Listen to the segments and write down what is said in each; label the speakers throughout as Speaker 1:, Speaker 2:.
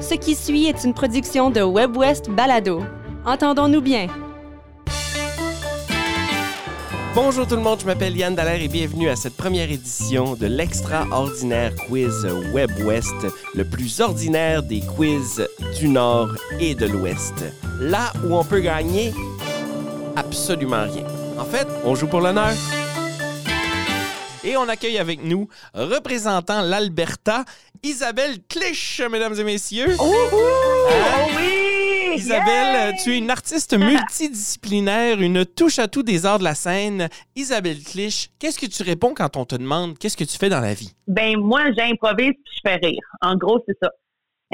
Speaker 1: Ce qui suit est une production de WebWest Balado. Entendons-nous bien.
Speaker 2: Bonjour tout le monde, je m'appelle Yann Dallaire et bienvenue à cette première édition de l'extraordinaire quiz Web West, le plus ordinaire des quiz du Nord et de l'Ouest. Là où on peut gagner absolument rien. En fait, on joue pour l'honneur.
Speaker 3: Et on accueille avec nous, représentant l'Alberta, Isabelle Clich, mesdames et messieurs. Hein?
Speaker 4: Oh oui!
Speaker 3: Isabelle, tu es une artiste multidisciplinaire, une touche à tout des arts de la scène. Isabelle Clich, qu'est-ce que tu réponds quand on te demande qu'est-ce que tu fais dans la vie?
Speaker 4: Ben moi, j'improvise puis je fais rire. En gros, c'est ça.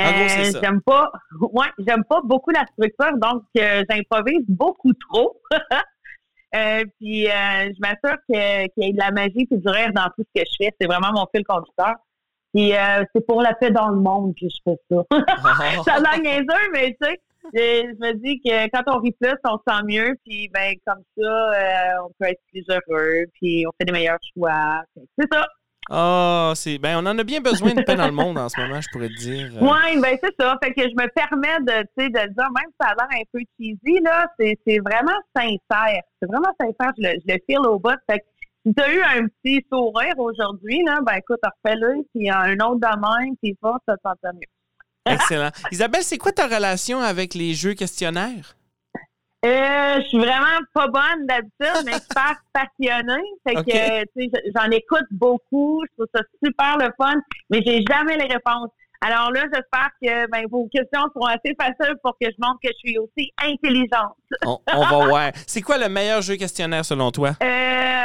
Speaker 3: En gros, c'est
Speaker 4: Euh,
Speaker 3: ça.
Speaker 4: J'aime pas, ouais, j'aime pas beaucoup la structure, donc euh, j'improvise beaucoup trop. Euh, puis euh, je m'assure que- qu'il y ait de la magie et du rire dans tout ce que je fais. C'est vraiment mon fil conducteur. Puis euh, c'est pour la paix dans le monde que je fais ça.
Speaker 3: Oh.
Speaker 4: ça a l'air niaiseux, mais tu sais, je, je me dis que quand on rit plus, on se sent mieux, puis ben comme ça, euh, on peut être plus heureux, puis on fait des meilleurs choix. Fait que C'est ça.
Speaker 3: Ah, c'est. Ben, on en a bien besoin de paix dans le monde en ce moment, je pourrais te dire. Euh,
Speaker 4: Oui, ben c'est ça. Fait que je me permets de, tu sais, de le dire, même si ça a l'air un peu cheesy, là, c'est c'est vraiment sincère. C'est vraiment sincère. Je le, je le feel au bout. Fait que si t'as eu un petit sourire aujourd'hui, là, ben écoute, refais-le, puis un autre demain, puis va, ça te sentir mieux.
Speaker 3: Excellent. Isabelle, c'est quoi ta relation avec les jeux questionnaires?
Speaker 4: Euh, je suis vraiment pas bonne d'habitude, mais super passionnée. Fait que,
Speaker 3: Ok.
Speaker 4: euh, tu sais, j'en écoute beaucoup. Je trouve ça super le fun, mais j'ai jamais les réponses. Alors là, j'espère que ben, vos questions seront assez faciles pour que je montre que je suis aussi intelligente.
Speaker 3: On, on va voir. C'est quoi le meilleur jeu questionnaire selon toi?
Speaker 4: Euh,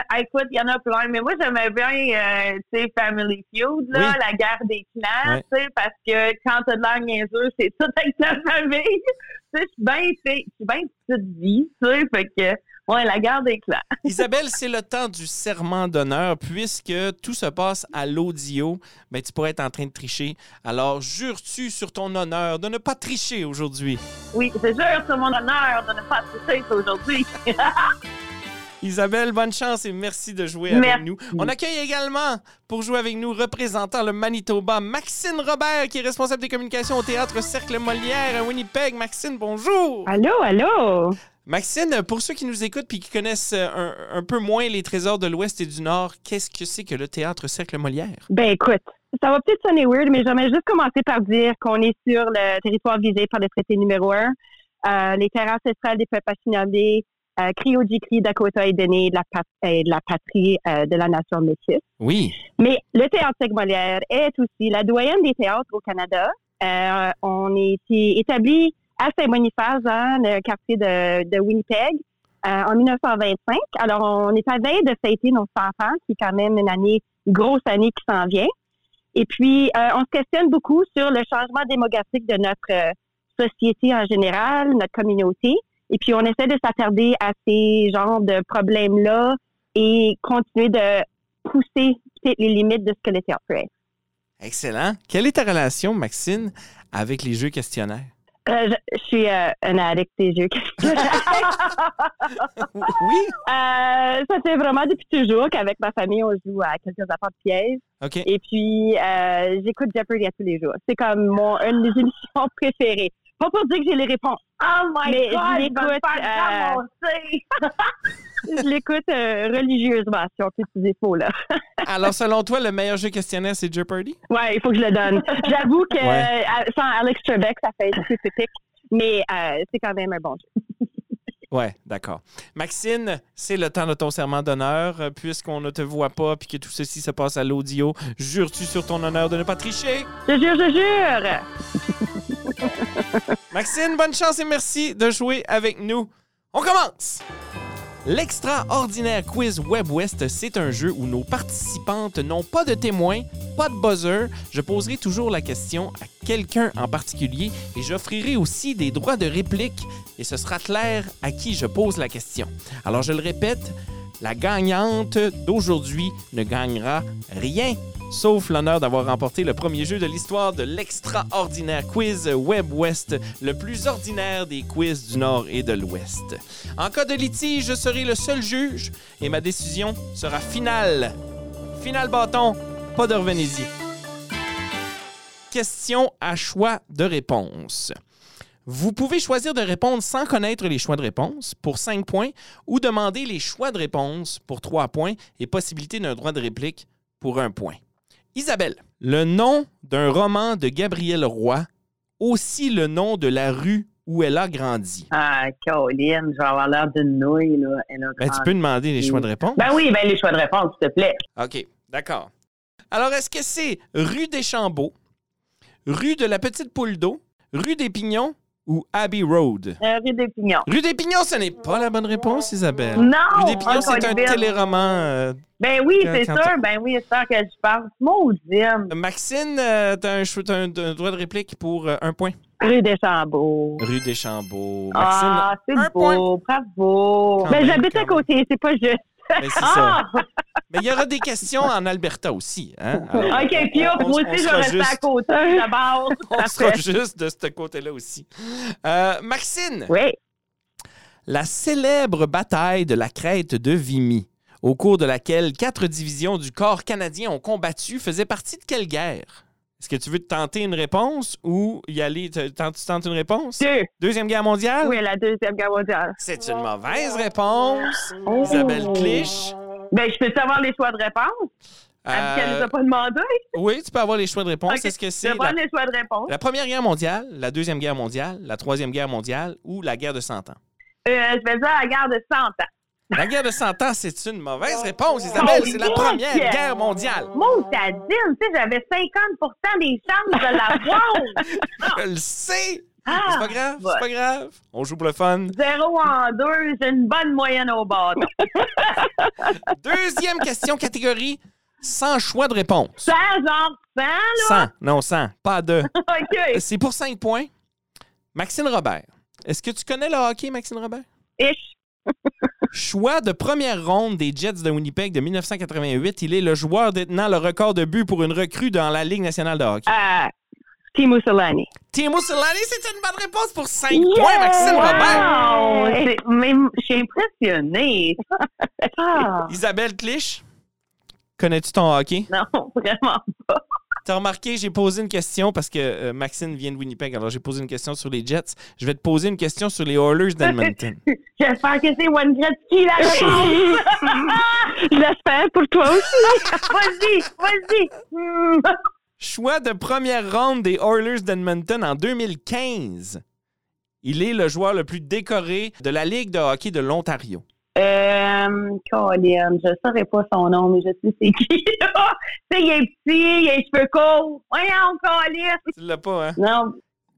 Speaker 4: ah, écoute, il y en a plein, mais moi, j'aimais bien, euh, tu sais, Family Feud, là,
Speaker 3: Oui.
Speaker 4: la guerre des clans,
Speaker 3: Ouais.
Speaker 4: tu sais, parce que quand t'as de l'air niaiseux, c'est tout avec la famille. tu sais, je suis bien fille- je suis bien petite vie, tu sais, fait que, ouais, la guerre des clans.
Speaker 3: Isabelle, c'est le temps du serment d'honneur. Puisque tout se passe à l'audio, ben, tu pourrais être en train de tricher. Alors, jures-tu sur ton honneur de ne pas tricher aujourd'hui?
Speaker 4: Oui, je jure sur mon honneur de ne pas tricher aujourd'hui.
Speaker 3: Isabelle, bonne chance et merci de jouer
Speaker 4: Merci.
Speaker 3: avec nous. On accueille également, pour jouer avec nous, représentant le Manitoba, Maxine Robert, qui est responsable des communications au théâtre Cercle Molière à Winnipeg. Maxine, bonjour!
Speaker 5: Allô, allô!
Speaker 3: Maxine, pour ceux qui nous écoutent puis qui connaissent euh, un, un peu moins les trésors de l'Ouest et du Nord, qu'est-ce que c'est que le théâtre Cercle Molière?
Speaker 5: Ben écoute, ça va peut-être sonner weird, mais j'aimerais juste commencer par dire qu'on est sur le territoire visé par le traité numéro 1, les terres ancestrales des peuples Anishinaabe, euh, Cree, Dakota et Dene, de la, pat- et de la patrie euh, de la nation Métis.
Speaker 3: Oui.
Speaker 5: Mais le théâtre Segmolière est aussi la doyenne des théâtres au Canada. Euh, on est ici établi à Saint-Boniface, dans le quartier de, de Winnipeg, euh, en 1925. Alors, on est à veille de fêter nos 100 ans, qui est quand même une année, une grosse année qui s'en vient. Et puis, euh, on se questionne beaucoup sur le changement démographique de notre euh, société en général, notre communauté. Et puis, on essaie de s'attarder à ces genres de problèmes-là et continuer de pousser peut-être les limites de ce que le théâtre peut être.
Speaker 3: Excellent. Quelle est ta relation, Maxine, avec les jeux questionnaires?
Speaker 5: Euh, je, je suis euh, un addict des jeux.
Speaker 3: Oui.
Speaker 5: Euh, ça fait vraiment depuis toujours qu'avec ma famille, on joue à quelques apports de pièges.
Speaker 3: OK.
Speaker 5: Et puis, euh, j'écoute Jeopardy à tous les jours. C'est comme mon, une de mes émissions préférées. Pas pour dire que j'ai les réponses.
Speaker 4: Oh my
Speaker 5: Mais
Speaker 4: God, je
Speaker 5: je
Speaker 4: vais me
Speaker 5: l'écoute, euh,
Speaker 4: faire ramasser.
Speaker 5: Je l'écoute euh, religieusement, si on peut utiliser ce mot-là.
Speaker 3: Alors, selon toi, le meilleur jeu questionnaire, c'est Jeopardy?
Speaker 5: Ouais, il faut que je le donne. J'avoue que
Speaker 3: Ouais.
Speaker 5: euh, à- sans Alex Trebek, ça fait plus typique. Mais euh, c'est quand même un bon jeu.
Speaker 3: Ouais, d'accord. Maxine, c'est le temps de ton serment d'honneur. Euh, Puisqu'on ne te voit pas puis que tout ceci se passe à l'audio, jures-tu sur ton honneur de ne pas tricher?
Speaker 5: Je jure, je jure!
Speaker 3: Maxine, bonne chance et merci de jouer avec nous. On commence! L'extraordinaire quiz Web West, c'est un jeu où nos participantes n'ont pas de témoins, pas de buzzer. Je poserai toujours la question à quelqu'un en particulier et j'offrirai aussi des droits de réplique et ce sera clair à qui je pose la question. Alors je le répète, la gagnante d'aujourd'hui ne gagnera rien sauf l'honneur d'avoir remporté le premier jeu de l'histoire de l'extraordinaire quiz Web West, le plus ordinaire des quiz du Nord et de l'Ouest. En cas de litige, je serai le seul juge et ma décision sera finale. Finale bâton, pas d'Orvenésie. questions à choix de réponse. Vous pouvez choisir de répondre sans connaître les choix de réponse pour 5 points ou demander les choix de réponse pour 3 points et possibilité d'un droit de réplique pour 1 point. Isabelle, le nom d'un roman de Gabriel Roy, aussi le nom de la rue où elle a grandi.
Speaker 4: Ah, Caroline, je vais avoir l'air d'une nouille, là. Elle a
Speaker 3: Ben, tu peux
Speaker 4: grandi.
Speaker 3: demander les choix de réponse.
Speaker 4: Ben oui, ben les choix de réponse, s'il te plaît.
Speaker 3: OK, d'accord. Alors, est-ce que c'est rue des Chambeaux, rue de la Petite Poule d'eau, rue des Pignons ou Abbey Road?
Speaker 4: Euh, rue des Pignons.
Speaker 3: Rue des Pignons, ce n'est pas la bonne réponse, Isabelle.
Speaker 4: Non!
Speaker 3: Euh, Rue des Pignons,
Speaker 4: encore
Speaker 3: c'est un
Speaker 4: une ville.
Speaker 3: téléroman. euh,
Speaker 4: Ben oui,
Speaker 3: Euh,
Speaker 4: c'est
Speaker 3: quand-
Speaker 4: sûr. Ben oui, c'est sûr que je parle. Maudine.
Speaker 3: Maxine, euh, t'as un, chou- t'as un- t'as un droit de réplique pour euh, un point.
Speaker 5: Rue des Chambeaux.
Speaker 3: Rue des Chambeaux. Maxine,
Speaker 4: Ah, c'est
Speaker 3: un
Speaker 4: beau. Bravo.
Speaker 3: Quand
Speaker 5: Ben,
Speaker 3: même,
Speaker 5: j'habite
Speaker 3: quand
Speaker 5: à côté, c'est pas juste.
Speaker 3: ben, c'est ça.
Speaker 4: Ah!
Speaker 3: Mais il y aura des questions en Alberta aussi. Hein? Alors,
Speaker 4: OK, puis hop,
Speaker 3: on-
Speaker 4: moi
Speaker 3: on
Speaker 4: aussi, je
Speaker 3: sera
Speaker 4: vais rester à
Speaker 3: juste-
Speaker 4: côté d'abord.
Speaker 3: On sera juste de ce côté-là aussi. Euh, Maxine,
Speaker 5: Oui.
Speaker 3: la célèbre bataille de la crête de Vimy, au cours de laquelle quatre divisions du corps canadien ont combattu, faisait partie de quelle guerre? Est-ce que tu veux tenter une réponse ou y aller? te- tente- Tu tentes une réponse?
Speaker 5: Deux.
Speaker 3: Deuxième guerre mondiale?
Speaker 5: Oui, la Deuxième Guerre mondiale.
Speaker 3: C'est une mauvaise réponse.
Speaker 5: Oh.
Speaker 3: Isabelle Clich.
Speaker 4: Ben, je peux savoir les choix de réponse? Parce qu'elle ne nous
Speaker 3: Euh,
Speaker 4: a pas demandé.
Speaker 3: oui, tu peux avoir les choix de réponse.
Speaker 4: Ok,
Speaker 3: Est-ce que c'est
Speaker 4: Je
Speaker 3: la,
Speaker 4: prendre les choix de réponse.
Speaker 3: la Première Guerre mondiale, la Deuxième Guerre mondiale, la Troisième Guerre mondiale ou la Guerre de Cent Ans?
Speaker 4: Euh, je vais dire la garde de 100 ans.
Speaker 3: La Guerre de Cent Ans, c'est une
Speaker 4: Ah,
Speaker 3: mauvaise réponse,
Speaker 4: oh,
Speaker 3: Isabelle. C'est la
Speaker 4: yes.
Speaker 3: Première Guerre mondiale.
Speaker 4: Mon tadine, tu sais, j'avais 50 des chances de l'avoir.
Speaker 3: Je le sais. C'est
Speaker 4: Ah,
Speaker 3: pas grave,
Speaker 4: ouais.
Speaker 3: c'est pas grave. On joue pour le fun.
Speaker 4: 0 en 2, j'ai une bonne moyenne au bâton.
Speaker 3: Deuxième question, catégorie sans choix de réponse.
Speaker 4: 100, genre 100, là.
Speaker 3: 100, non 100, pas de. Euh,
Speaker 4: OK.
Speaker 3: C'est pour 5 points. Maxine Robert. Est-ce que tu connais le hockey, Maxine Robert?
Speaker 5: Ish.
Speaker 3: Choix de première ronde des Jets de Winnipeg de 1988. Il est le joueur détenant le record de buts pour une recrue dans la Ligue nationale de hockey.
Speaker 5: Euh, Timo Solani.
Speaker 3: Timo Solani, c'est une bonne réponse pour 5
Speaker 5: Yeah!
Speaker 3: points, Maxime Robert.
Speaker 4: Wow! C'est- mais Je suis impressionnée. Ah,
Speaker 3: Isabelle Clich, connais-tu ton hockey?
Speaker 4: non, vraiment pas.
Speaker 3: T'as remarqué, j'ai posé une question parce que euh, Maxine vient de Winnipeg, alors j'ai posé une question sur les Jets. Je vais te poser une question sur les Oilers d'Edmonton.
Speaker 4: J'espère que c'est One Gretzky, la réponse.
Speaker 5: Je l'espère pour toi aussi.
Speaker 4: vas-y, vas-y. Hmm.
Speaker 3: Choix de première ronde des Oilers d'Edmonton en 2015. Il est le joueur le plus décoré de la Ligue de hockey de l'Ontario.
Speaker 4: Euh, Colin, je saurais pas son nom, mais je sais c'est qui, là. Tu sais, il est petit, il a les cheveux courts. Voyons, Colin.
Speaker 3: Tu l'as pas, hein?
Speaker 4: Non,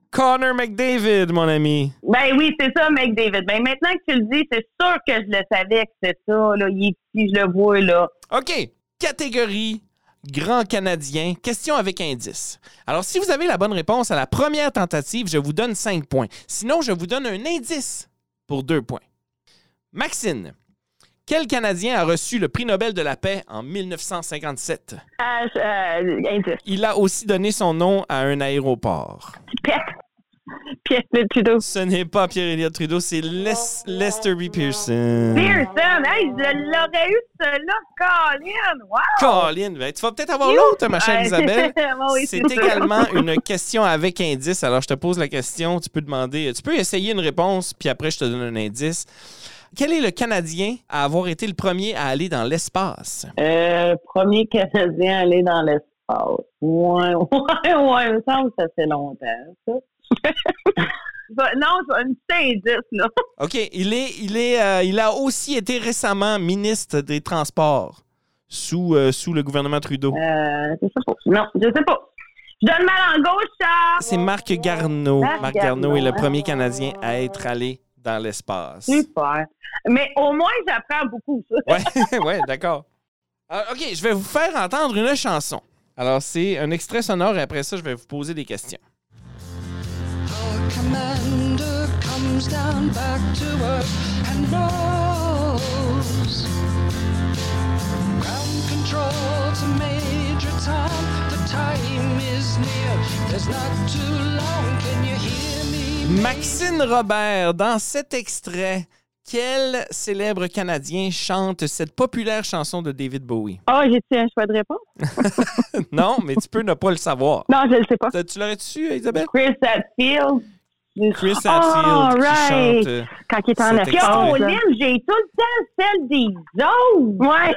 Speaker 3: Connor McDavid, mon ami.
Speaker 4: ben oui, c'est ça, mec David. Ben maintenant que tu le dis, c'est sûr que je le savais que c'est ça, là. Il est petit, je le vois, là.
Speaker 3: OK. Catégorie Grand Canadien. Question avec indice. Alors, si vous avez la bonne réponse à la première tentative, je vous donne 5 points. Sinon, je vous donne un indice pour 2 points. Maxine, quel Canadien a reçu le prix Nobel de la paix en 1957?
Speaker 5: Euh, je- euh, indice.
Speaker 3: Il a aussi donné son nom à un aéroport.
Speaker 5: Pièce de Trudeau.
Speaker 3: Ce n'est pas Pierre-Éliott Trudeau, c'est Les- Lester B. Pearson.
Speaker 4: Pearson, hey, je l'aurais eu, cela, Colin. Wow!
Speaker 3: Colin, ben, tu vas peut-être avoir l'autre, ma chère
Speaker 4: Ouais.
Speaker 3: Isabelle.
Speaker 4: Bon, Ah oui,
Speaker 3: C'est
Speaker 4: c'est ça.
Speaker 3: également une question avec indice. Alors, je te pose la question. Tu peux demander, tu peux essayer une réponse, puis après, je te donne un indice. Quel est le Canadien à avoir été le premier à aller dans l'espace?
Speaker 4: Euh, premier Canadien à aller dans l'espace. Ouais, ouais, ouais, il me semble que ça fait longtemps, ça. Je vais- non, je vais- un petit indice, là.
Speaker 3: OK, il, est, il, est, euh, il a aussi été récemment ministre des Transports sous, euh, sous le gouvernement Trudeau.
Speaker 4: Euh, je sais pas. Non, je sais pas. Je donne mal en gauche, Charles.
Speaker 3: C'est Marc Garneau.
Speaker 4: Marc
Speaker 3: Marc Garneau est le
Speaker 4: Garneau.
Speaker 3: premier Canadien à être allé dans l'espace.
Speaker 4: Super. Mais au moins, j'apprends beaucoup, ça.
Speaker 3: Ouais, ouais, d'accord. Ah, OK, je vais vous faire entendre une chanson. Alors, c'est un extrait sonore et après ça, je vais vous poser des questions.
Speaker 6: Our commander comes down back to earth and rolls. Ground control to Major Tom, the time is near. There's not too long, can you hear me?
Speaker 3: Maxine Robert, dans cet extrait, Quel célèbre Canadien chante cette populaire chanson de David Bowie?
Speaker 5: Ah, j'ai-tu un choix de réponse?
Speaker 3: non, mais tu peux ne pas le savoir.
Speaker 5: Non, je ne le sais pas.
Speaker 3: Tu- Tu l'aurais-tu, su, Isabelle?
Speaker 4: Chris Hadfield.
Speaker 3: Chris Hatfield
Speaker 5: Ah, right.
Speaker 3: qui chante. euh,
Speaker 5: Quand il est en
Speaker 3: C'est extrait.
Speaker 5: action.
Speaker 4: Caroline, j'ai tout le temps celle des autres.
Speaker 5: Ouais.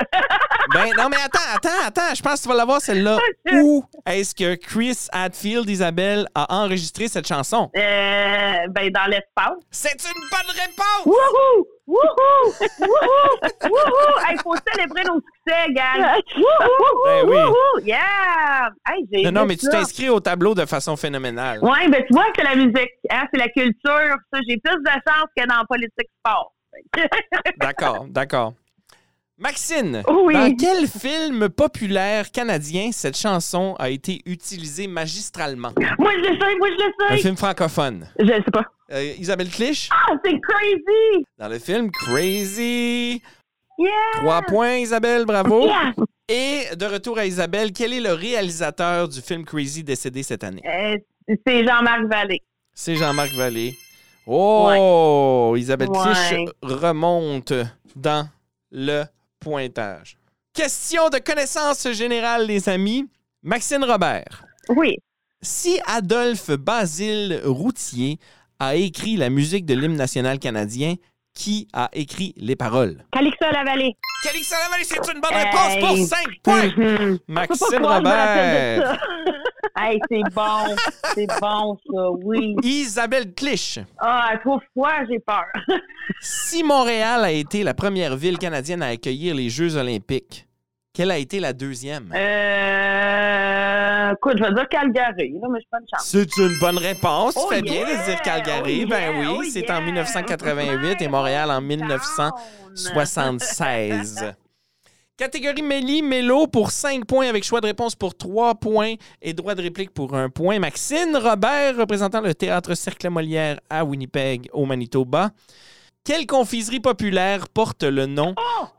Speaker 3: Ben non, mais attends, attends, attends, je pense que tu vas l'avoir celle-là. Où est-ce que Chris Hadfield, Isabelle, a enregistré cette chanson?
Speaker 4: Euh, ben, dans l'espace.
Speaker 3: C'est une bonne réponse!
Speaker 4: Wouhou! Wouhou! Wouhou! Wouhou! Hey, faut célébrer nos succès, gang! Wouhou!
Speaker 3: Ben oui.
Speaker 4: Wouhou! Yeah! Hey, j'ai
Speaker 3: Non, non,
Speaker 4: aimé
Speaker 3: mais tu
Speaker 4: ça.
Speaker 3: t'inscris au tableau de façon phénoménale.
Speaker 4: Ouais, ben tu vois, c'est la musique, hein, c'est la culture. Ça, j'ai plus de chance que dans politique sport.
Speaker 3: D'accord, d'accord. Maxine,
Speaker 4: Oh
Speaker 5: Oui.
Speaker 3: dans quel film populaire canadien cette chanson a été utilisée magistralement?
Speaker 4: moi, je le sais, moi, je
Speaker 3: Un
Speaker 4: le sais.
Speaker 3: film francophone.
Speaker 5: Je ne sais pas.
Speaker 3: Euh, Isabelle Clich,
Speaker 4: Ah, c'est crazy!
Speaker 3: dans le film Crazy.
Speaker 4: Yeah!
Speaker 3: Trois points, Isabelle, bravo.
Speaker 4: Ah. Yeah!
Speaker 3: Et de retour à Isabelle, quel est le réalisateur du film Crazy décédé cette année?
Speaker 4: Euh, c'est Jean-Marc Vallée.
Speaker 3: C'est Jean-Marc Vallée. Oh! Isabelle
Speaker 4: Ouais.
Speaker 3: Clich remonte dans le pointage. Question de connaissance générale, les amis. Maxine Robert.
Speaker 5: Oui.
Speaker 3: Si Adolphe Basile Routier a écrit la musique de l'hymne national canadien, qui a écrit les paroles?
Speaker 5: Calixa la vallée.
Speaker 3: Calixa Lavallée, c'est une bonne réponse
Speaker 4: Hey.
Speaker 3: pour 5 points!
Speaker 5: Faut pas
Speaker 3: Maxine
Speaker 5: croire, je me rappelle de
Speaker 3: Robert.
Speaker 5: ça.
Speaker 4: Hey, c'est bon. c'est bon, ça, oui.
Speaker 3: Isabelle Clich.
Speaker 4: Ah, trop froid, j'ai peur.
Speaker 3: Si Montréal a été la première ville canadienne à accueillir les Jeux olympiques, quelle a été la deuxième?
Speaker 4: Euh, écoute, je vais dire Calgary, là, mais je suis pas une chance.
Speaker 3: C'est une bonne réponse. Tu
Speaker 4: Oh
Speaker 3: fais bien
Speaker 4: yeah!
Speaker 3: de dire Calgary.
Speaker 4: Oh
Speaker 3: ben
Speaker 4: yeah!
Speaker 3: oui,
Speaker 4: Oh
Speaker 3: c'est
Speaker 4: yeah!
Speaker 3: en 1988 et Montréal en 1976. Catégorie Mélie, Mélo pour 5 points avec choix de réponse pour 3 points et droit de réplique pour 1 point. Maxine Robert, représentant le théâtre Cercle Molière à Winnipeg, au Manitoba. Quelle confiserie populaire porte le nom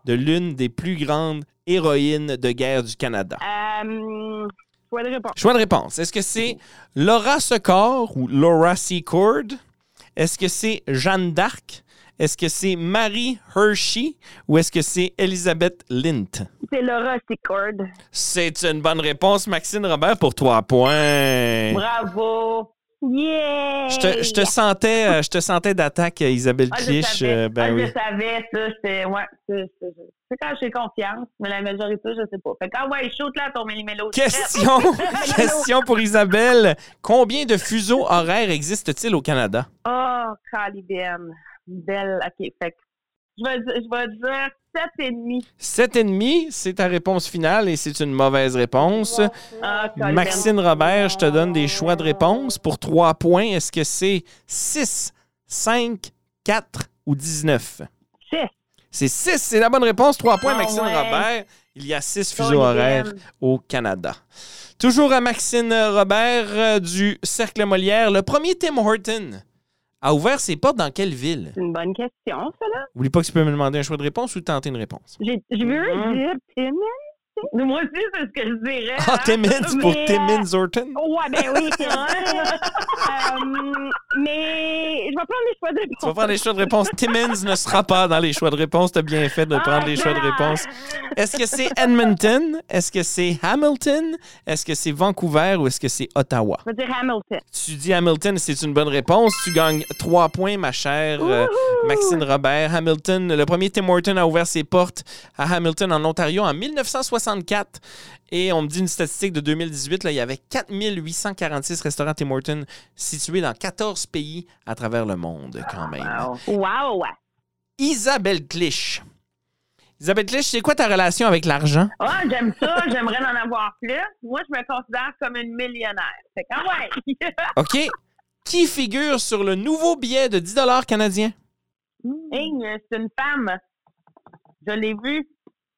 Speaker 3: de l'une des plus grandes héroïnes de guerre du Canada?
Speaker 5: Euh, choix de réponse.
Speaker 3: Choix de réponse. Est-ce que c'est Laura Secor ou Laura Secord? Est-ce que c'est Jeanne d'Arc? Est-ce que c'est Marie Hershey ou est-ce que c'est Elisabeth Lint?
Speaker 5: C'est Laura Secord.
Speaker 3: C'est une bonne réponse, Maxine Robert, pour trois points.
Speaker 4: Bravo!
Speaker 5: Yeah!
Speaker 3: Je te, je te sentais, euh, je te sentais d'attaque, euh, Isabelle
Speaker 4: Ah, je
Speaker 3: Clich.
Speaker 4: savais.
Speaker 3: euh,
Speaker 4: Ah,
Speaker 3: Ben oui.
Speaker 4: Je savais, ça, j'étais, ouais, c'est- c'est c'est quand j'ai confiance, mais la majorité, je sais pas. Fait que, ah ouais, shoot là, ton mélimélo.
Speaker 3: Question, question pour Isabelle. Combien de fuseaux horaires existe-t-il au Canada?
Speaker 4: Oh, Caliben. Belle, ok, fait que, je vais, dire- je vais dire sept et demi.
Speaker 3: Sept et demi, c'est ta réponse finale et c'est une mauvaise réponse.
Speaker 4: Ah, Colin.
Speaker 3: Maxine Robert, je te donne des choix de réponse. Pour trois points, est-ce que c'est 6, 5, 4 ou 19?
Speaker 5: Six.
Speaker 3: C'est 6, c'est la bonne réponse. Trois points,
Speaker 4: Ah
Speaker 3: Maxine
Speaker 4: ouais.
Speaker 3: Robert. Il y a six
Speaker 4: Colin.
Speaker 3: fuseaux horaires au Canada. Toujours à Maxine Robert euh, du Cercle Molière, le premier Tim Horton a ouvert ses portes dans quelle ville?
Speaker 5: C'est une bonne question, ça, là.
Speaker 3: Oublie pas que tu peux me demander un choix de réponse ou tenter une réponse.
Speaker 5: J'ai- Je veux
Speaker 4: Mhm.
Speaker 5: dire Timmins.
Speaker 4: Moi aussi, c'est ce que je dirais.
Speaker 3: Ah,
Speaker 4: hein.
Speaker 3: Timmins pour
Speaker 5: Mais, euh,
Speaker 3: Timmins Horton?
Speaker 5: Oh, ouais, ben oui, c'est euh, Mais je vais prendre les choix de réponse.
Speaker 3: Tu vas prendre les choix de réponse. Timmins ne sera pas dans les choix de réponse. T'as bien
Speaker 4: Ah,
Speaker 3: fait de prendre les
Speaker 5: Ah,
Speaker 3: choix de
Speaker 5: ben,
Speaker 3: réponse. Est-ce que c'est Edmonton? Est-ce que c'est Hamilton? Est-ce que c'est Vancouver ou est-ce que c'est Ottawa?
Speaker 5: Je vais dire Hamilton.
Speaker 3: Tu dis Hamilton, c'est une bonne réponse. Tu gagnes trois points, ma chère euh, Maxine Robert. Hamilton, le premier Tim Horton a ouvert ses portes à Hamilton, en Ontario, en 1964. Et on me dit une statistique de 2018, là, il y avait 4846 restaurants Tim Horton situés dans 14 pays à travers le monde, quand même.
Speaker 4: Oh.
Speaker 5: Wow!
Speaker 3: Isabelle Clich. Isabelle Clich, c'est quoi ta relation avec l'argent?
Speaker 4: Ah, j'aime ça, j'aimerais en avoir plus. Moi, je me considère comme une millionnaire. Fait que, ah ouais!
Speaker 3: OK. Qui figure sur le nouveau billet de 10 canadien?
Speaker 4: Hey, euh, c'est une femme. Je l'ai vue.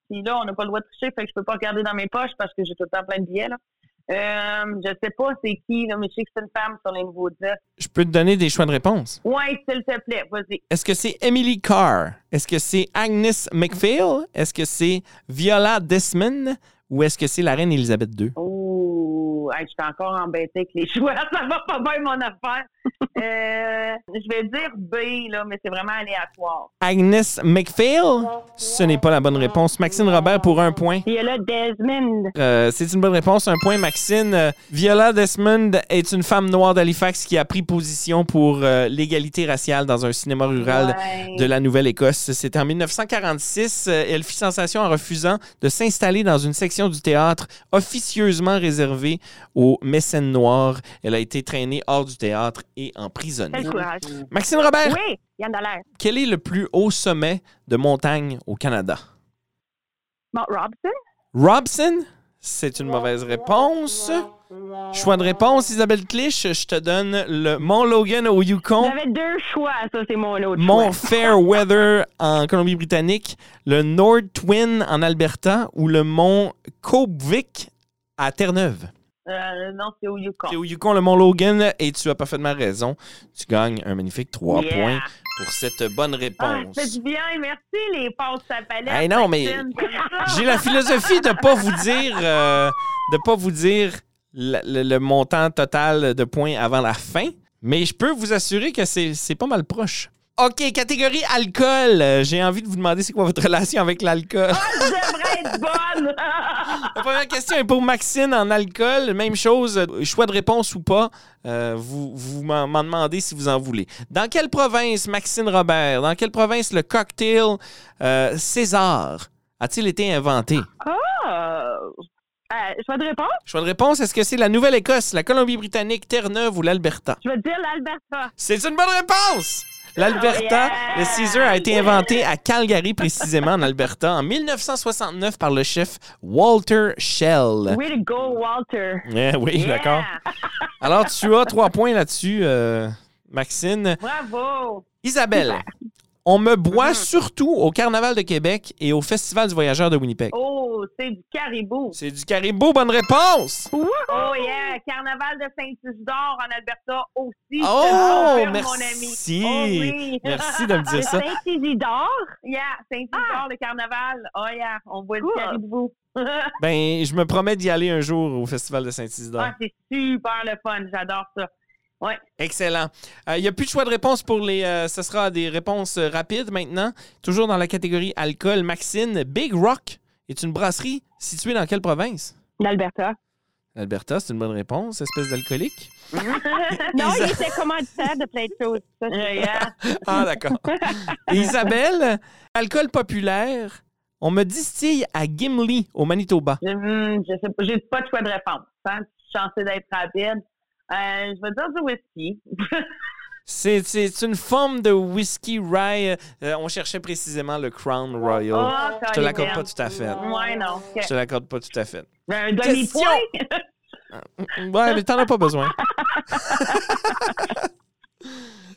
Speaker 4: Puis là, on n'a pas le droit de tricher, fait que je peux pas regarder dans mes poches parce que j'ai tout le temps plein de billets, là. Euh, je sais pas c'est qui, là, mais je sais que c'est une femme sur les nouveaux disques.
Speaker 3: Je peux te donner des choix de réponse.
Speaker 4: Ouais, s'il te plaît, vas-y.
Speaker 3: Est-ce que c'est Emily Carr? Est-ce que c'est Agnes McPhail? Est-ce que c'est Viola Desmond? Ou est-ce que c'est la reine Elisabeth II?
Speaker 4: Oh, Hey, je suis encore embêtée avec les choix. Ça va pas bien, mon affaire. Euh, je vais dire B, là, mais c'est vraiment aléatoire.
Speaker 3: Agnes McPhail? Ce n'est pas la bonne réponse. Maxine Robert pour un point.
Speaker 5: Il y a là Desmond.
Speaker 3: Euh, c'est une bonne réponse, un point, Maxine. Euh, Viola Desmond est une femme noire d'Halifax qui a pris position pour euh, l'égalité raciale dans un cinéma rural
Speaker 4: Ouais.
Speaker 3: de la Nouvelle-Écosse. C'était en 1946. Euh, Elle fit sensation en refusant de s'installer dans une section du théâtre officieusement réservée aux mécènes noirs. Elle a été traînée hors du théâtre et emprisonnée.
Speaker 5: Quel courage.
Speaker 3: Maxine Robert,
Speaker 5: Oui, Yann Dallaire.
Speaker 3: quel est le plus haut sommet de montagne au Canada?
Speaker 5: Mont Robson.
Speaker 3: Robson, c'est une mauvaise réponse. Choix de réponse, Isabelle Clich, je te donne le Mont Logan au Yukon,
Speaker 5: J'avais deux choix, ça, c'est mon autre
Speaker 3: Mont
Speaker 5: choix.
Speaker 3: Fairweather en Colombie-Britannique, le Nord Twin en Alberta ou le Mont Cobvic à Terre-Neuve.
Speaker 4: Euh, non, c'est au Yukon.
Speaker 3: C'est au Yukon, le Mont Logan, et tu as parfaitement raison. Tu gagnes un magnifique 3
Speaker 4: Yeah.
Speaker 3: points pour cette bonne
Speaker 4: Ah,
Speaker 3: réponse.
Speaker 4: c'est bien, merci les passes à palette.
Speaker 3: Hey, non, mais-
Speaker 4: Maxime, comme ça.
Speaker 3: J'ai la philosophie de pas vous dire euh, de pas vous dire le, le- le montant total de points avant la fin, mais je peux vous assurer que c'est c'est pas mal proche. OK, catégorie alcool. Euh, J'ai envie de vous demander c'est quoi votre relation avec l'alcool.
Speaker 4: Ah, J'aimerais être bonne. Ah!
Speaker 3: La première question est pour Maxine en alcool. Même chose, euh, choix de réponse ou pas, euh, vous, vous m'en m'en demandez si vous en voulez. Dans quelle province, Maxine Robert, dans quelle province le cocktail euh, César a-t-il été inventé?
Speaker 5: Ah! Euh, je vais te répondre.
Speaker 3: Choix de réponse, est-ce que c'est la Nouvelle-Écosse, la Colombie-Britannique, Terre-Neuve ou l'Alberta?
Speaker 5: Je vais te dire l'Alberta.
Speaker 3: C'est une bonne réponse! L'Alberta,
Speaker 4: Oh, yeah!
Speaker 3: le Caesar a été inventé à Calgary, précisément en Alberta, en 1969 par le chef Walter Shell.
Speaker 5: Way to go, Walter.
Speaker 3: Eh oui, d'accord. Alors, tu as trois points là-dessus, euh, Maxine.
Speaker 4: Bravo.
Speaker 3: Isabelle, on me
Speaker 4: Mm.
Speaker 3: boit surtout au Carnaval de Québec et au Festival du Voyageur de Winnipeg.
Speaker 4: Oh, c'est du caribou.
Speaker 3: C'est du caribou, bonne réponse!
Speaker 4: Oh yeah, carnaval de Saint-Isidore en Alberta aussi. je te
Speaker 3: Oh,
Speaker 4: confirme,
Speaker 3: merci.
Speaker 4: Mon ami. Oh, oui.
Speaker 3: Merci de me dire ça. Ah!
Speaker 5: Saint-Isidore.
Speaker 4: Yeah, Saint-Isidore, le carnaval. Oh yeah, on voit
Speaker 5: Cool.
Speaker 4: du caribou.
Speaker 3: Ben, je me promets d'y aller un jour au Festival de Saint-Isidore.
Speaker 4: ah, c'est super le fun, j'adore ça. Ouais.
Speaker 3: Excellent. Euh, Il n'y a plus de choix de réponse pour les. euh, ce sera des réponses euh, rapides maintenant. Toujours dans la catégorie alcool, Maxine, Big Rock est une brasserie située dans quelle province?
Speaker 5: L'Alberta.
Speaker 3: Alberta, c'est une bonne réponse, espèce d'alcoolique.
Speaker 5: Non,
Speaker 3: Isa-
Speaker 5: il était commanditaire de plein de choses. Ça, c'est-
Speaker 4: Euh, yeah.
Speaker 3: Ah, d'accord. Et Isabelle, alcool populaire, on me distille à Gimli, au Manitoba.
Speaker 4: Je- hmm, je sais pas, j'ai pas de choix de réponse. Hein? Je suis chancée d'être rapide. Euh, je vais dire du whisky.
Speaker 3: C'est c'est une forme de whisky rye. Euh, on cherchait précisément le Crown Royal.
Speaker 4: Oh,
Speaker 3: Je te l'accorde pas tout à fait.
Speaker 4: Ouais, non. ok.
Speaker 3: Je te l'accorde pas tout à fait.
Speaker 4: Un demi-point.
Speaker 3: Ouais, mais t'en as pas besoin.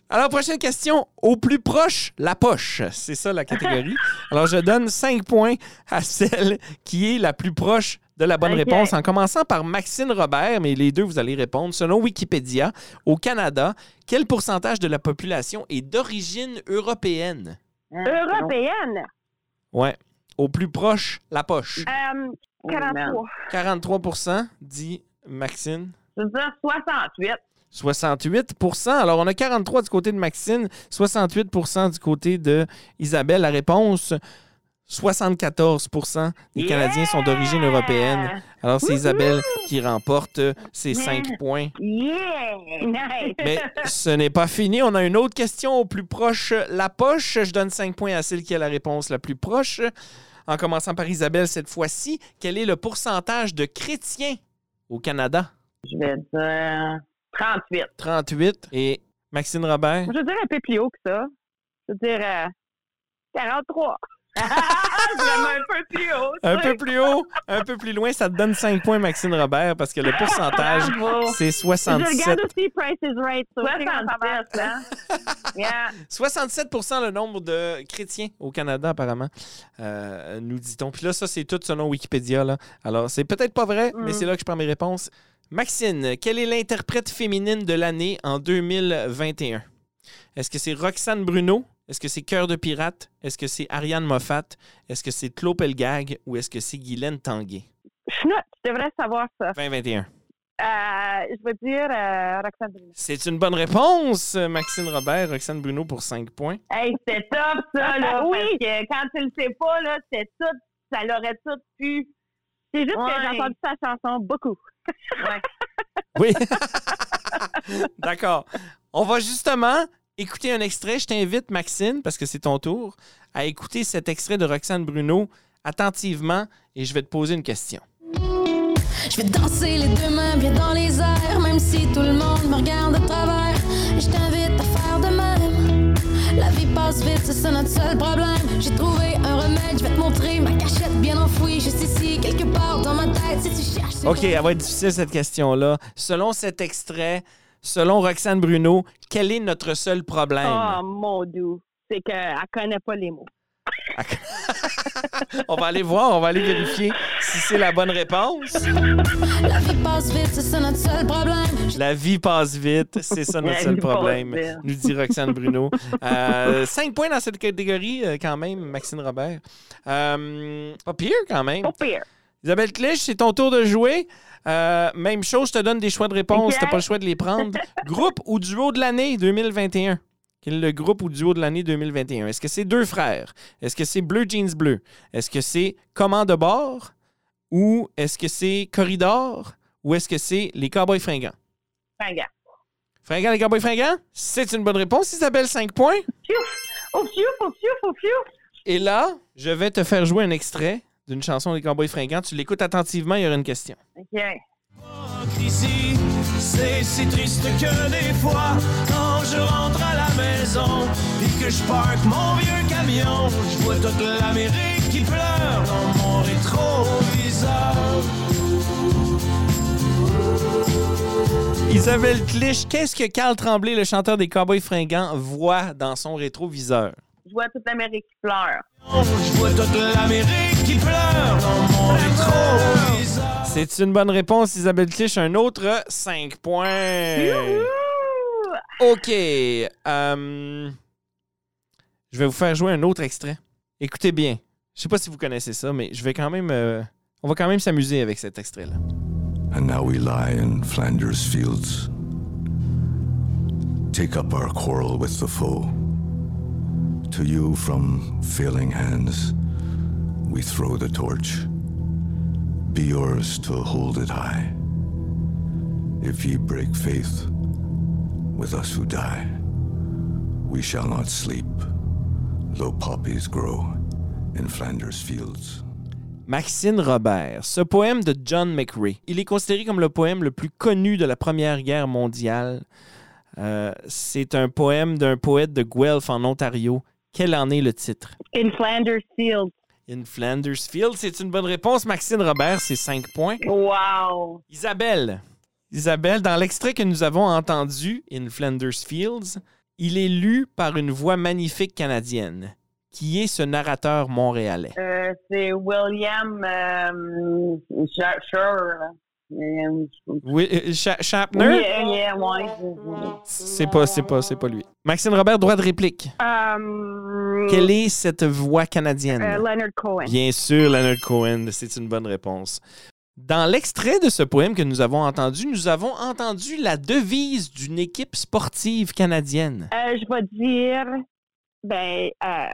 Speaker 3: Alors, prochaine question. Au plus proche, la poche. C'est ça la catégorie. Alors, je donne 5 points à celle qui est la plus proche de la bonne
Speaker 4: Ok.
Speaker 3: réponse, en commençant par Maxine Robert, mais les deux, vous allez répondre. Selon Wikipédia, au Canada, quel pourcentage de la population est d'origine européenne?
Speaker 4: Hein,
Speaker 5: Européenne.
Speaker 3: Ouais. Au plus proche, la poche.
Speaker 5: Euh,
Speaker 4: Oh, man.
Speaker 5: 43.
Speaker 3: 43 dit Maxine.
Speaker 4: Je veux dire 68.
Speaker 3: 68 Alors, on a 43 du côté de Maxine, 68 du côté de Isabelle. La réponse, 74 des
Speaker 4: Yeah!
Speaker 3: Canadiens sont d'origine européenne. Alors, c'est Isabelle qui remporte euh, ces 5 points.
Speaker 4: Yeah!
Speaker 5: Nice.
Speaker 3: Mais ce n'est pas fini. On a une autre question au plus proche, euh, la poche. Je donne 5 points à celle qui a la réponse la plus proche. En commençant par Isabelle cette fois-ci, quel est le pourcentage de chrétiens au Canada?
Speaker 4: Je vais dire 38.
Speaker 3: 38. Et Maxine Robert?
Speaker 5: Je veux dire un peu plus haut que ça. Je veux dire euh, 43.
Speaker 4: Je vais mettre un peu plus haut.
Speaker 3: Un peu plus haut, un peu plus loin, ça te donne 5 points, Maxine Robert, parce que le pourcentage,
Speaker 4: Bravo.
Speaker 3: c'est
Speaker 5: Je regarde
Speaker 3: 67.
Speaker 5: aussi Price is Right. ça aussi, quand ça va.
Speaker 4: 67, hein? Yeah.
Speaker 3: 67 le nombre de chrétiens au Canada, apparemment, euh, nous dit-on. Puis là, ça, c'est tout selon Wikipédia. Là. Alors, c'est peut-être pas vrai,
Speaker 5: Mm.
Speaker 3: mais c'est là que je prends mes réponses. Maxine, quelle est l'interprète féminine de l'année en 2021? Est-ce que c'est Roxane Bruno? Est-ce que c'est Cœur de Pirate? Est-ce que c'est Ariane Moffat? Est-ce que c'est Claude Pelgag? Ou est-ce que c'est Guylaine Tanguay?
Speaker 5: Schnout, tu devrais savoir ça.
Speaker 3: 2021.
Speaker 5: Euh, je veux dire euh, Roxane Bruno.
Speaker 3: C'est une bonne réponse, Maxine Robert, Roxane Bruno pour 5 points.
Speaker 4: Hey, c'était top, ça, là.
Speaker 5: Oui.
Speaker 4: Parce que quand tu le sais pas, là, c'était tout, ça l'aurait tout pu.
Speaker 5: C'est juste
Speaker 4: Ouais.
Speaker 5: que j'ai entendu sa chanson beaucoup.
Speaker 3: Oui. D'accord. On va justement écouter un extrait. Je t'invite, Maxine, parce que c'est ton tour, à écouter cet extrait de Roxane Bruno attentivement et je vais te poser une question.
Speaker 7: Je vais danser les deux mains bien dans les airs, même si tout le monde me regarde de travers. Et je t'invite à faire de même. La vie passe vite, c'est ça notre seul problème. J'ai trouvé un remède, je vais te montrer ma cachette bien enfouie, juste ici, quelque part dans ma tête. Si tu cherches, c'est
Speaker 3: OK, elle va être difficile, cette question-là. Selon cet extrait, selon Roxane Bruno, quel est notre seul problème?
Speaker 4: Ah.
Speaker 5: Oh mon dieu, c'est qu'elle connaît pas les mots.
Speaker 3: On va aller voir, on va aller vérifier si c'est la bonne réponse.
Speaker 7: La vie passe vite, c'est ça notre seul problème.
Speaker 3: La vie passe vite, c'est ça notre
Speaker 4: La
Speaker 3: seul
Speaker 4: vie passe
Speaker 3: problème,
Speaker 4: vite.
Speaker 3: nous dit Roxane Bruno. Euh, cinq points dans cette catégorie, euh, quand même, Maxine Robert. Euh, pas pire, quand même.
Speaker 4: Oh.
Speaker 5: Pas pire.
Speaker 3: Isabelle Clich, c'est ton tour de jouer. Euh, même chose, je te donne des choix de réponse.
Speaker 4: Ok.
Speaker 3: T'as pas le choix de les prendre. groupe ou duo de l'année 2021? Quel est le groupe ou duo de l'année 2021? Est-ce que c'est deux frères? Est-ce que c'est Bleu Jeans Bleu? Est-ce que c'est Comment de bord? Ou est-ce que c'est Corridor? Ou est-ce que c'est Les Cowboys Fringants?
Speaker 4: Fringant.
Speaker 3: Fringants, les Cowboys Fringants? C'est une bonne réponse, Isabelle, 5 points.
Speaker 4: Au fiou, au fiou, au fiou.
Speaker 3: Et là, je vais te faire jouer un extrait d'une chanson des Cowboys Fringants. Tu l'écoutes attentivement, il y aura une question.
Speaker 4: OK.
Speaker 6: Ici, c'est si triste que des fois, quand je rentre à la maison, puis que je parque mon vieux camion, je vois toute l'Amérique qui pleure dans mon rétroviseur.
Speaker 3: Isabelle Clich, qu'est-ce que Carl Tremblay, le chanteur des Cowboys Fringants, voit dans son rétroviseur?
Speaker 4: Je vois toute l'Amérique qui pleure.
Speaker 6: Je vois toute l'Amérique qui pleure dans mon rétroviseur.
Speaker 3: C'est une bonne réponse, Isabelle Clich. Un autre 5 points. OK. euh, je vais vous faire jouer un autre extrait. Écoutez bien. Je sais pas si vous connaissez ça, mais je vais quand même. euh, on va quand même s'amuser avec cet extrait-là.
Speaker 8: And now we lie in Flanders fields, take up our quarrel with the foe. To you, from failing hands, we throw the torch. Be yours to hold it high. If ye break faith with us who die, we shall not sleep, though poppies grow in Flanders fields.
Speaker 3: Maxine Robert. Ce poème de John McRae, il est considéré comme le poème le plus connu de la Première Guerre mondiale. Euh, c'est un poème d'un poète de Guelph en Ontario. Quel en est le titre?
Speaker 5: In Flanders Field.
Speaker 3: In Flanders Field, c'est une bonne réponse. Maxine Robert, c'est 5 points.
Speaker 4: Wow.
Speaker 3: Isabelle. Isabelle, dans l'extrait que nous avons entendu, In Flanders Fields, il est lu par une voix magnifique canadienne. Qui est ce narrateur montréalais?
Speaker 4: Euh, c'est William euh, Sha- Sure. Euh,
Speaker 3: Oui, euh, Sha-
Speaker 4: Oui,
Speaker 3: Shatner?
Speaker 4: euh, yeah, ouais.
Speaker 3: C'est pas, c'est pas, c'est pas lui. Maxine Robert, droit de réplique.
Speaker 5: Um,
Speaker 3: Quelle est cette voix canadienne?
Speaker 5: euh, Leonard Cohen.
Speaker 3: Bien sûr, Leonard Cohen, c'est une bonne réponse. Dans l'extrait de ce poème que nous avons entendu, nous avons entendu la devise d'une équipe sportive canadienne.
Speaker 5: Euh, je vais dire, ben, euh,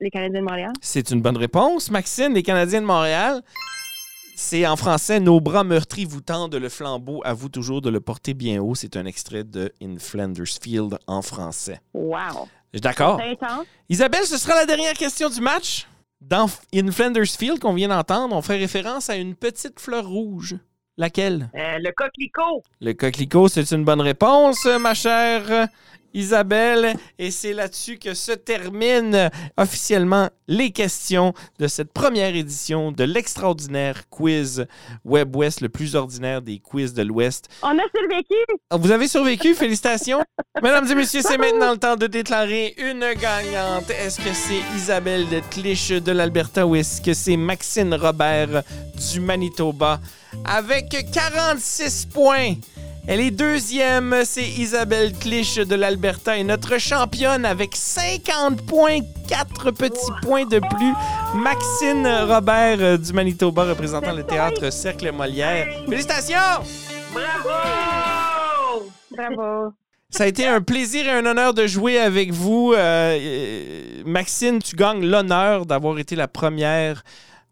Speaker 5: les Canadiens de Montréal.
Speaker 3: C'est une bonne réponse, Maxine, les Canadiens de Montréal. C'est en français Nos bras meurtris vous tendent le flambeau, à vous toujours de le porter bien haut. C'est un extrait de In Flanders Field en français.
Speaker 5: Wow.
Speaker 3: D'accord.
Speaker 5: C'est intense.
Speaker 3: Isabelle, ce sera la dernière question du match. Dans F- In Flanders Field qu'on vient d'entendre, on fait référence à une petite fleur rouge. Laquelle?
Speaker 4: Euh, le coquelicot.
Speaker 3: Le coquelicot, c'est une bonne réponse, ma chère euh, Isabelle. Et c'est là-dessus que se terminent officiellement les questions de cette première édition de l'extraordinaire quiz Web West, le plus ordinaire des quiz de l'Ouest.
Speaker 5: On a survécu.
Speaker 3: Ah, Vous avez survécu, félicitations. Mesdames et messieurs, c'est maintenant le temps de déclarer une gagnante. Est-ce que c'est Isabelle de Clich de l'Alberta ou est-ce que c'est Maxine Robert du Manitoba avec 46 points? Elle est deuxième, c'est Isabelle Clich de l'Alberta et notre championne avec 50 points, 4 petits points de plus. Maxine Robert euh, du Manitoba représentant le théâtre Cercle Molière. Félicitations!
Speaker 5: Bravo!
Speaker 4: Bravo.
Speaker 9: Ça a été un plaisir et un honneur de jouer avec vous. Euh, euh, Maxine, tu gagnes l'honneur d'avoir été la première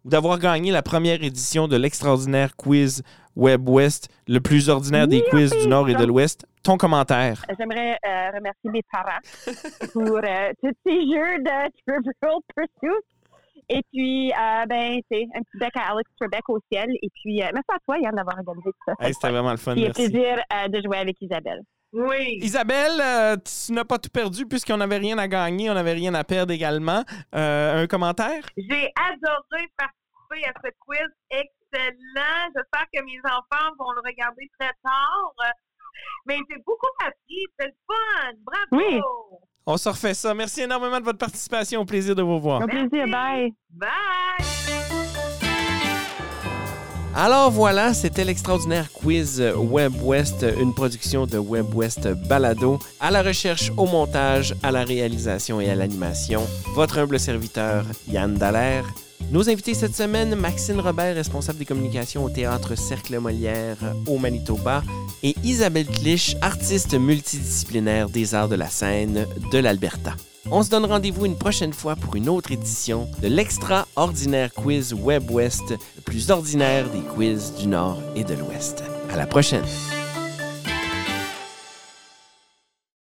Speaker 9: ou d'avoir gagné la première édition de l'extraordinaire quiz Web West, le plus ordinaire des quiz du Nord et de l'Ouest. Ton commentaire.
Speaker 4: J'aimerais euh, remercier mes parents pour euh, tous ces jeux de Trivial Pursuit. Et puis, euh, ben, c'est un petit bec à Alex Trebek au ciel. Et puis, euh, merci à toi, Yann, d'avoir organisé tout ça.
Speaker 9: Hey, C'était vraiment le fun.
Speaker 4: Puis, un
Speaker 9: Merci.
Speaker 4: plaisir euh, de jouer avec Isabelle.
Speaker 5: Oui!
Speaker 9: Isabelle, euh, tu n'as pas tout perdu puisqu'on n'avait rien à gagner, on n'avait rien à perdre également. Euh, un commentaire?
Speaker 5: J'ai adoré participer à ce quiz. Excellent. J'espère que mes enfants vont le regarder très tard. Mais j'ai beaucoup appris. C'est le fun. Bravo.
Speaker 4: Oui.
Speaker 9: On se refait ça. Merci énormément de votre participation. Au plaisir de vous voir.
Speaker 4: Au plaisir,
Speaker 5: Merci.
Speaker 4: bye.
Speaker 5: Bye.
Speaker 3: Alors voilà, c'était l'extraordinaire quiz Web West, une production de Web West Balado, à la recherche, au montage, à la réalisation et à l'animation. Votre humble serviteur, Yann Dallaire. Nos invités cette semaine, Maxine Robert, responsable des communications au théâtre Cercle Molière au Manitoba, et Isabelle Clich, artiste multidisciplinaire des arts de la scène de l'Alberta. On se donne rendez-vous une prochaine fois pour une autre édition de l'extraordinaire quiz Web West, le plus ordinaire des quiz du Nord et de l'Ouest. À la prochaine!